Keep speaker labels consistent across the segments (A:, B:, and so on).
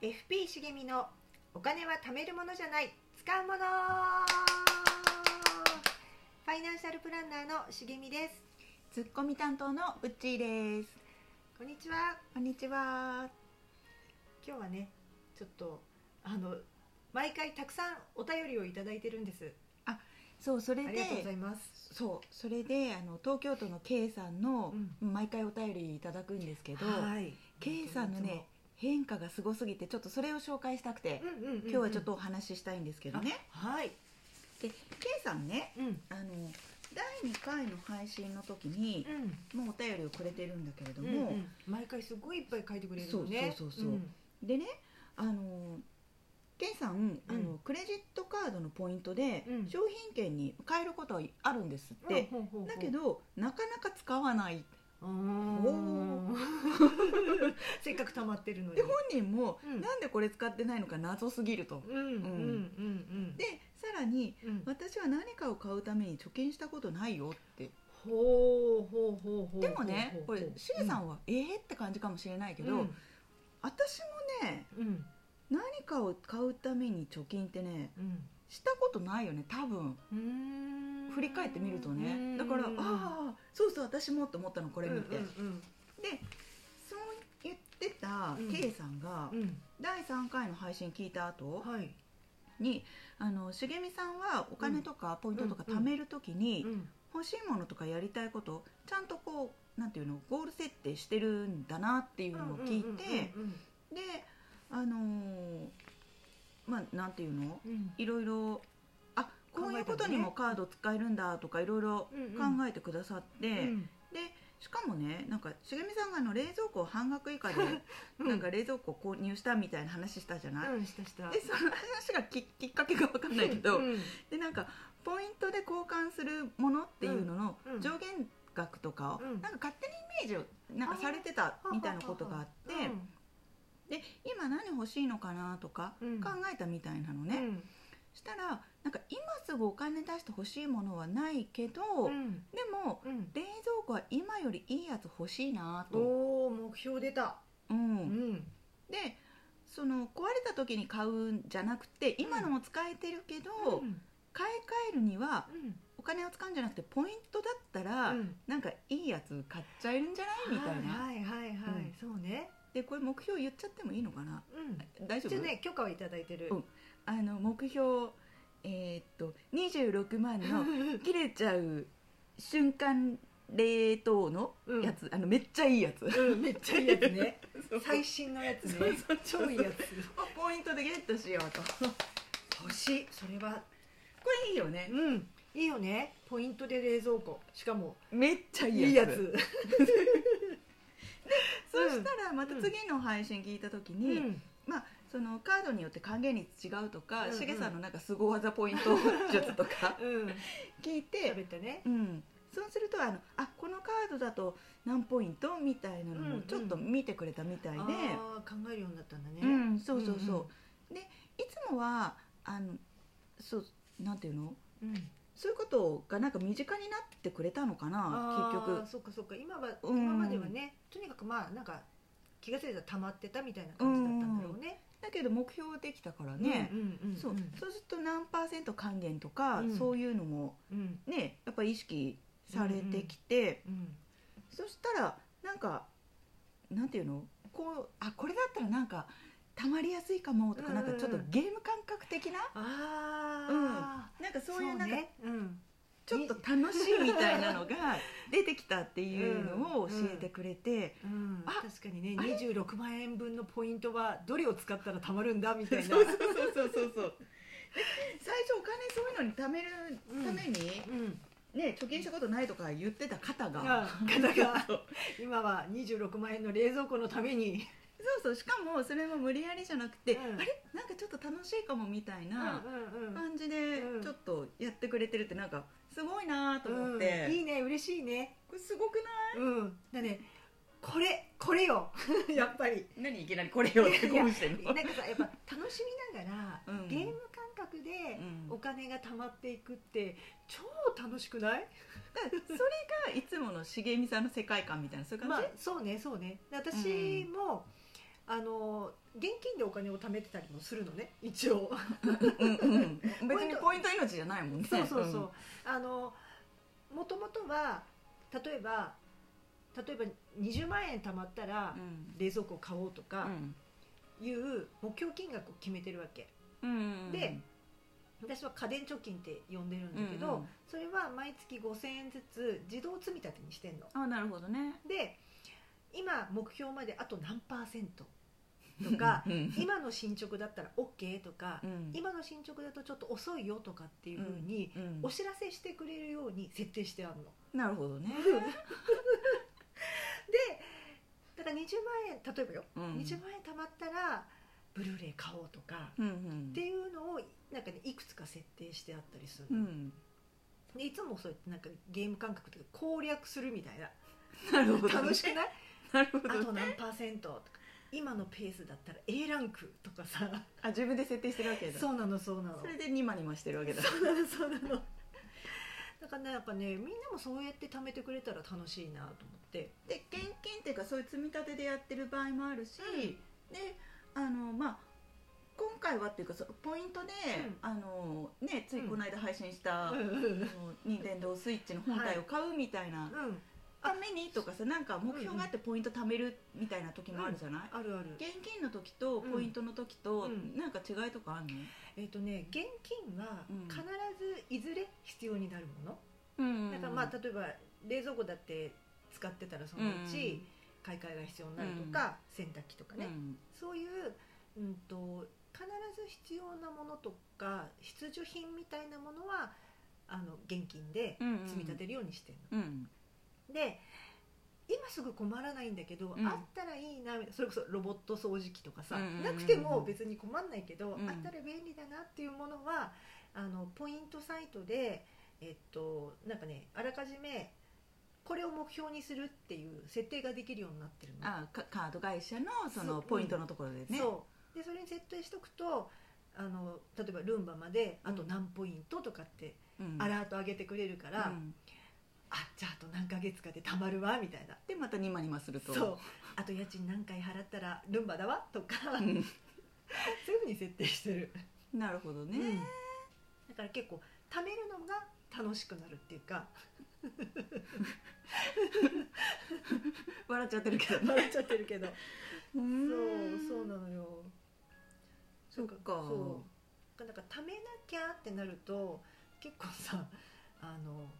A: FP 茂みのお金は貯めるものじゃない使うものファイナンシャルプランナーの茂みです
B: ツッコミ担当のうっちーです
A: こんにちは
B: こんにちは
A: 今日はねちょっとあの毎回たくさんお便りをいただいてるんです
B: そうそれ
A: ありがとうござ
B: で
A: います
B: そうそれであの東京都の K さんの、毎回お便りいただくんですけど
A: はい、
B: K さんのね変化がすごすぎてちょっとそれを紹介したくて
A: う、んうんうんうん、
B: 今日はちょっとお話ししたいんですけどね、
A: あはい、
B: で K さんね
A: うん
B: あの第2回の配信の時に、もうお便りをくれてるんだけれど
A: うん、
B: も、
A: うんうん毎回すごいいっぱい書いてくれるよね
B: そうそうそうそうでねあのケンさんあの、
A: うん
B: クレジットカードのポイントで、
A: うん
B: 商品券に変えることはあるんですっ
A: うん、
B: て、
A: ほうほうほう
B: だけどなかなか使わない
A: おー せっかく溜まってるのに
B: で本人も、
A: うん
B: なんでこれ使ってないのか謎すぎると。
A: うんうんうんうん
B: でさらに
A: うん
B: 私は何かを買うために貯金したことないよって
A: ほうほうほうほう
B: でもね
A: ほ
B: こ
A: うほうほう
B: れしげさんは、ええって感じかもしれないけど、
A: うん
B: 私もね
A: うん
B: 何かを買うために貯金ってね
A: うん
B: したことないよね多分
A: うーん
B: 振り返ってみると
A: う
B: ね
A: ん
B: だからあ
A: うん
B: あそうそう私もと思ったのこれ見て、
A: うん
B: でそう言ってた
A: うん
B: K さんが、
A: うんうん
B: 第3回の配信聞いた後
A: うんはい
B: にあの茂美さんはお金とかポイントとか
A: うん
B: 貯める時に
A: うん
B: 欲しいものとかやりたいことちゃんとこうなんていうのゴール設定してるんだなっていうのを聞いて
A: うん
B: であのーまあなんていうの
A: うんうん
B: いろいろあこういうことにもカード使えるんだとかいろいろ
A: うんうん
B: 考えてくださって、
A: うん
B: でしかもねなんか茂美さんがあの冷蔵庫を半額以下で
A: うん
B: なんか冷蔵庫を購入したみたいな話したじゃない、
A: うんしたした
B: でその話がききっかけが分かんないけど、
A: うんうん
B: でなんかポイントで交換するものっていうのの
A: うんうん
B: 上限額とかを、
A: うん
B: なんか勝手にイメージをなんかされてたみたいなことがあって、で今何欲しいのかなとか
A: うん
B: 考えたみたいなの
A: うん
B: ね、したらなんか今すぐお金出して欲しいものはないけど、
A: うんうん
B: でも
A: うん
B: 冷蔵庫は今よりいいやつ欲しいなと、
A: おお目標出た
B: う、
A: うんん
B: でその壊れた時に買うんじゃなくて今のも使えてるけど、
A: うん
B: 買い替えるには
A: うん
B: お金を使うんじゃなくてポイントだったら、
A: うん
B: なんかいいやつ買っちゃえるんじゃないみたいな、
A: はいはいはいはい、
B: うん
A: そうね
B: でこれ目標言っちゃってもいいのかな
A: うん
B: 大丈
A: 一
B: 夫
A: 応、ね許可をいただいてる、
B: うんあの目標えーっと26万の切れちゃう瞬間冷凍の
A: うん
B: やつ、あのめっちゃいいやつ
A: うんめっちゃいいやつね 最
B: 最
A: 新のやつね
B: そうそうそう
A: 超いいや
B: ポイントでゲットしよ うとこ
A: つ欲しいそれは
B: れいいよね
A: うんいいよねポイントで冷蔵庫しかも
B: めっちゃい
A: い
B: いやつ
A: いやつ
B: そしたらまた次の配信聞いた時に、
A: うん
B: そのカードによって還元率違うと
A: う
B: か、
A: んうん
B: しげさんのなんかすご技ポイント術と か
A: うん
B: 聞いて、
A: 喋ったね
B: うん、そうするとあのあこのカードだと何ポイントみたいなの
A: うんう
B: も
A: ん
B: ちょっと見てくれたみたいで、
A: ああ考えるようになったんだね、
B: うん、そうそうそう、でいつもはあのそうなんていうの
A: うん
B: そういうことがなんか身近になってくれたのかな
A: あ
B: 結
A: ー
B: 局
A: そっかそっか今は
B: うん
A: 今まではねとにかくまあなんか気が付いたら溜まってたみたいな感じだったんだろうね、
B: だけど目標できたからね、
A: うんうんうん
B: そうそうすると何パーセント還元とか、
A: うん
B: そういうのも
A: うん
B: ねやっぱ意識されてきて、
A: うん
B: そしたらなんかなんていうのこうあこれだったらなんかたまりやすいかもとか、
A: うんうん
B: なんかちょっとゲーム感覚的な
A: ああ、
B: なんかそういうなんか
A: ね、うん、
B: ちょっと楽しいみたいなのが出てきたっていうのを教えてくれて、
A: うん、
B: あ
A: 確かにね
B: あれ
A: 26万円分のポイントはどれを使ったらたまるんだみ たいな
B: そうそうそうそうそうで最初お金そういうのに貯めるために、
A: うん、
B: ね貯金したことないとか言ってた方が、
A: あ方が
B: そう
A: 今は26万円の冷蔵庫のために、
B: そうしかもそれも無理やりじゃなくて、
A: うん
B: あれなんかちょっと楽しいかもみたいうな感じで
A: うん
B: ちょっとやってくれてるってなんかすごいなと思っ
A: うんい
B: て、
A: いね嬉しいね
B: これすごくな
A: うんだねこれこれよ やっぱり
B: い何いきなりこれを結婚してん
A: な
B: の
A: んかさやっぱ楽しみながら、
B: うん
A: ゲーム感覚で
B: うん
A: お金がたまっていくって超楽しくない
B: だからそれがいつもの茂美さんの世界観みたいなそういう感じ、
A: まあそうねそうねで私も、あの現金でお金を貯めてたりもするのね一応
B: うんうんうん別
A: ポイン
B: に
A: ト
B: ポイント命じゃないもん ね
A: そうそうそう、あのもともとは例えば例えば20万円貯まったら
B: うんうん
A: 冷蔵庫を買おうとか
B: うん
A: いう目標金額を決めてるわけ
B: うん
A: で私は家電貯金って呼んでるんだけど、
B: うんうん
A: それは毎月5000円ずつ自動積み立てにしてんの
B: あなるほどね
A: で今目標まであと何パーセントと か
B: うんうん
A: 今の進捗だったら OK とか、
B: うん
A: 今の進捗だとちょっと遅いよとかっていうふうに
B: うん
A: お知らせしてくれるように設定してあるの
B: なるほどね
A: だから20万円例えばよ、
B: うん
A: 20万円貯まったらブルーレイ買おうとか
B: うん
A: っていうのをなんかねいくつか設定してあったりす
B: う
A: るの、
B: ん
A: でいつもそうやってなんかゲーム感覚というか攻略するみたいな
B: なるほどね
A: 楽しくない
B: な るほ
A: あと
B: どね
A: 何パーセントとか今のペースだったら A ランクとかさ
B: あ自分で設定してるわけだ
A: そうなのそうなの
B: それでニマニマしてるわけだ
A: そうなのそうなのだからねやっぱねみんなもそうやって貯めてくれたら楽しいなと思って
B: で現金っていうかそういう積み立てでやってる場合もあるし、であのまあ今回はっていうかそのポイントで、
A: うん
B: あのねついこの間配信した、
A: うん
B: あの任天堂スイッチの本体を買うみたいな
A: うん
B: ためにとかさなんか目標があってポイント貯めるみたいな時もあるじゃない、
A: あるある
B: 現金の時とポイントの時と
A: うん
B: なんか違いとかあるの、
A: えっ、とね現金は
B: うん
A: 必ずいずれ必要になるもの、
B: うん
A: だからまあ例えば冷蔵庫だって使ってたらそのうち買い替えが必要になるとか、洗濯機とかね、そういう、うん、と必ず必要なものとか必需品みたいなものはあの現金で積み立てるようにしてるの。
B: うん
A: で今すぐ困らないんだけど、
B: うん
A: あったらいいなそれこそロボット掃除機とかさ、
B: うんうんうんうん
A: なくても別に困んないけど、
B: うん
A: あったら便利だなっていうものはあのポイントサイトで、えっと、なんかねあらかじめこれを目標にするっていう設定ができるようになってるの。
B: あかカード会社のそ
A: そ
B: の
A: う
B: ポイントのところでね
A: そうでそれに設定しとくとあの例えばルンバまであと何ポイントとかって
B: うん
A: アラート上げてくれるから、
B: うん
A: あじゃああと何ヶ月かでたまるわみたいな
B: でまたニマニマすると
A: そうあと家賃何回払ったらルンバだわとかそう
B: う
A: いうんふうに設定してる、
B: なるほどね、
A: うんだから結構貯めるのが楽しくなるっていうか
B: 笑っちゃってるけど
A: 笑っちゃってるけど
B: そう
A: そうそうなのよ
B: そっか
A: そうなんか貯めなきゃってなると結構さあの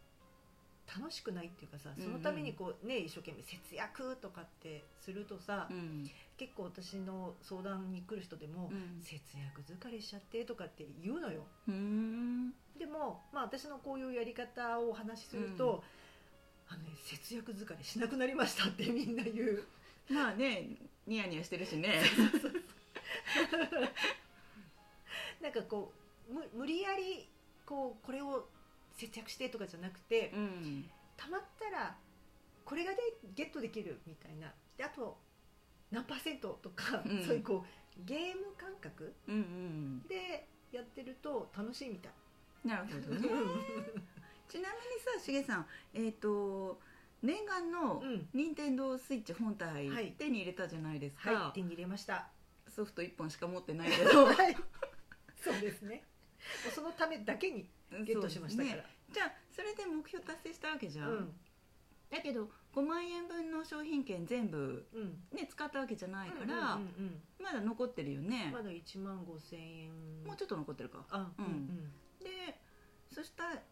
A: 楽しくないっていうかさそのためにこう、ね一生懸命節約とかってするとさ、
B: うん
A: 結構私の相談に来る人でも、
B: うん
A: 節約疲れしちゃってとかって言うのよ
B: うん
A: でも、まあ、私のこういうやり方をお話しすると、あのね、節約疲れしなくなりましたってみんな言う
B: まあねニヤニヤしてるしね
A: なんかこうむ無理やりこうこれを節約してとかじゃなくて、
B: うん
A: たまったらこれがでゲットできるみたいなであと何パーセントとか、
B: うん
A: そういうこうゲーム感覚
B: うんうん
A: でやってると楽しいみたい。
B: なるほ どね ちなみにさしげさんえっ、と念願の
A: うん
B: 任天堂スイッチ本体
A: はい
B: 手に入れたじゃないですか、
A: はい、手に入れました。
B: ソフト1本しか持ってないけ どうん
A: はい。そうですね。もうそのためだけにゲットしましたか
B: そう
A: ら
B: ね。じゃあそれで目標達成したわけじゃん、
A: うん
B: だけど5万円分の商品券全部
A: うん。
B: ね使ったわけじゃないから、
A: うんうん
B: まだ残ってるよね
A: うん、まだ1万5千円
B: もうちょっと残ってるか
A: あうん
B: う
A: うんん
B: でそしたら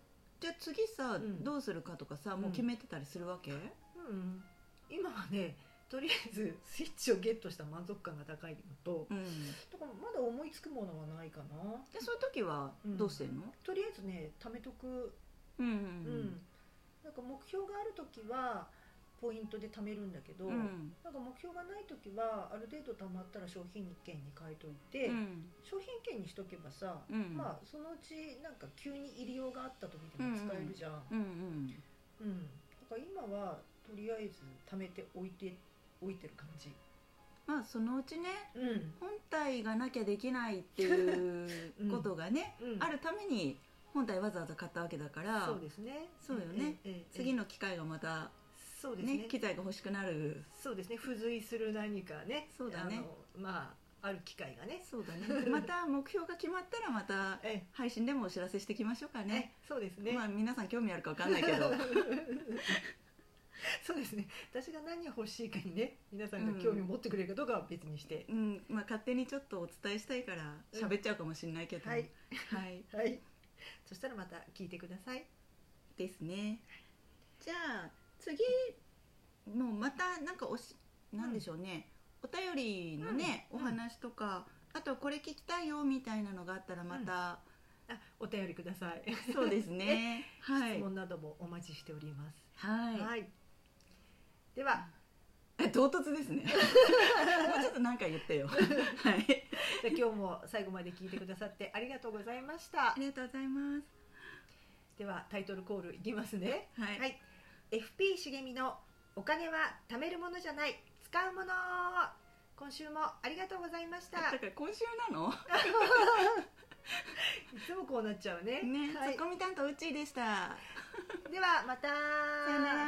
B: じゃあ次さ、
A: うん
B: どうするかとかさもう決めてたりするわけ、
A: うんうん今はねとりあえずスイッチをゲットした満足感が高いのと
B: うん
A: だからまだ思いつくものはないかな
B: でそういう時は
A: うん
B: どうしてんの、
A: とりあえずね貯めとく
B: うんう
A: う
B: ん
A: ん、なんか目標がある時はポイントで貯めるんだけど、
B: うんうん
A: なんか目標がない時はある程度貯まったら商品券に変えといて、
B: うん
A: 商品券にしとけばさ、
B: うん
A: まあそのうちなんか急に入りようがあった時でも使えるじゃん、
B: うんうん
A: うんだから今はとりあえず貯めておいておいてる感じ
B: まあそのうちね
A: うん
B: 本体がなきゃできないっていう
A: うん
B: ことがね、
A: うん
B: あるために本体わざわざ買ったわけだから
A: そうですね
B: そうよね
A: ええええ
B: 次の機会がまた
A: そうですね
B: ね機材が欲しくなる
A: そうですね付随する何かね
B: そうだね
A: あのまあある機会がね
B: そうだね また目標が決まったらまた
A: え
B: 配信でもお知らせしていきましょうか
A: え
B: ね
A: えそうですね、
B: まあ皆さん興味あるかわかんないけ ど
A: そうですね私が何が欲しいかにね皆さんが興味を持ってくれるかどうかは別にして、
B: うんまあ勝手にちょっとお伝えしたいから喋っちゃうかもしれないけど、
A: はい、
B: はい、
A: はいそしたらまた聞いてください
B: ですねじゃあ次もうまたなんかおしなんでしょうね、お便りのね、
A: うん
B: お話とか、あとこれ聞きたいよみたいなのがあったらまた、
A: あお便りください、
B: そうですね はい
A: 質問などもお待ちしております
B: はい、
A: はい、では
B: え唐突ですね もうちょっと何か言って よはい
A: じゃあ今日も最後まで聞いてくださってありがとうございました
B: ありがとうございま
A: ではタイトルコールいきますね
B: すはい、
A: はい FP 茂みのお金は貯めるものじゃない使うもの今週もありがとうございました
B: だから今週な
A: い
B: の
A: つもこうなっちゃうね
B: ね、
A: はい
B: ツッコミ担当うっちーでした
A: ではまた
B: さよなら